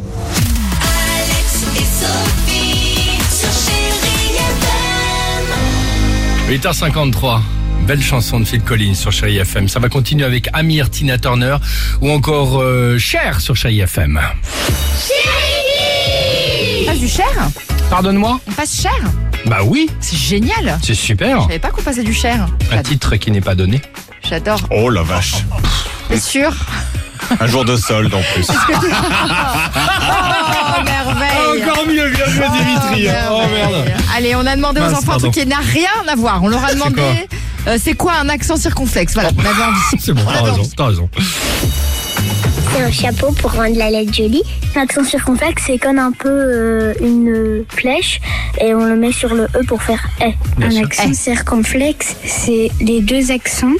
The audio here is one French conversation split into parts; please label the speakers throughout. Speaker 1: Alex et Sophie sur Chérie FM.
Speaker 2: 8h53. Belle chanson de Phil Collins sur Chéri FM. Ça va continuer avec Amir, Tina Turner ou encore euh, Cher sur Chéri FM.
Speaker 3: On passe du cher
Speaker 2: Pardonne-moi
Speaker 3: On passe cher
Speaker 2: Bah oui,
Speaker 3: C'est génial
Speaker 2: c'est
Speaker 3: Je
Speaker 2: super.
Speaker 3: savais pas qu'on passait du cher.
Speaker 2: Un titre qui n'est pas donné.
Speaker 3: J'adore.
Speaker 4: Oh la vache.
Speaker 3: T'es sûr
Speaker 4: Un jour de solde en plus.
Speaker 3: Oh, merveille
Speaker 2: mieux, bien joué Dimitri.
Speaker 5: Ah,
Speaker 2: Oh,
Speaker 3: Allez, on a demandé aux
Speaker 2: Mince,
Speaker 3: enfants un truc qui
Speaker 2: pardon.
Speaker 3: n'a rien à voir. On leur a demandé euh, c'est quoi un accent circonflexe. Voilà, on avait envie.
Speaker 2: C'est bon, t'as raison, t'as raison.
Speaker 6: C'est un chapeau pour rendre la lettre jolie. L'accent circonflexe, c'est comme un peu euh, une euh, flèche et on le met sur le E pour faire E.
Speaker 2: Bien
Speaker 6: un
Speaker 2: sûr.
Speaker 6: accent circonflexe, c'est les deux accents,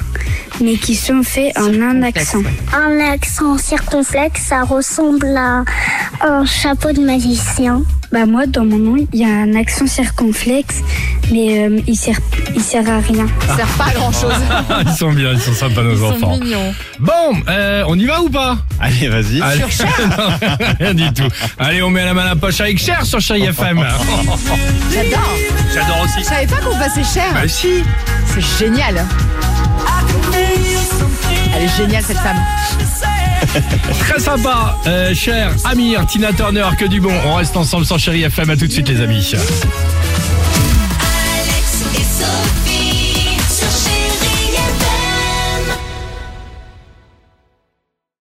Speaker 6: mais qui sont faits en un accent.
Speaker 7: Un accent circonflexe, ça ressemble à un chapeau de magicien.
Speaker 6: Bah moi, dans mon nom, il y a un accent circonflexe, mais euh, il sert, il sert à rien.
Speaker 3: Ça sert pas à grand chose.
Speaker 2: Ah, Ils sont bien, ils sont sympas nos
Speaker 3: Ils sont
Speaker 2: enfants.
Speaker 3: mignons.
Speaker 2: Bon, euh, on y va ou pas
Speaker 4: Allez, vas-y.
Speaker 2: Allez. Non, Rien du tout. Allez, on met la main à la poche avec Cher sur Chéri FM.
Speaker 3: J'adore.
Speaker 2: J'adore
Speaker 3: Je
Speaker 2: aussi.
Speaker 3: savais pas qu'on passait cher.
Speaker 2: Bah si.
Speaker 3: C'est génial. Elle est géniale cette femme.
Speaker 2: Très sympa, euh, cher Amir, Tina Turner, que du bon. On reste ensemble sans Chéri FM. À tout de suite, les amis.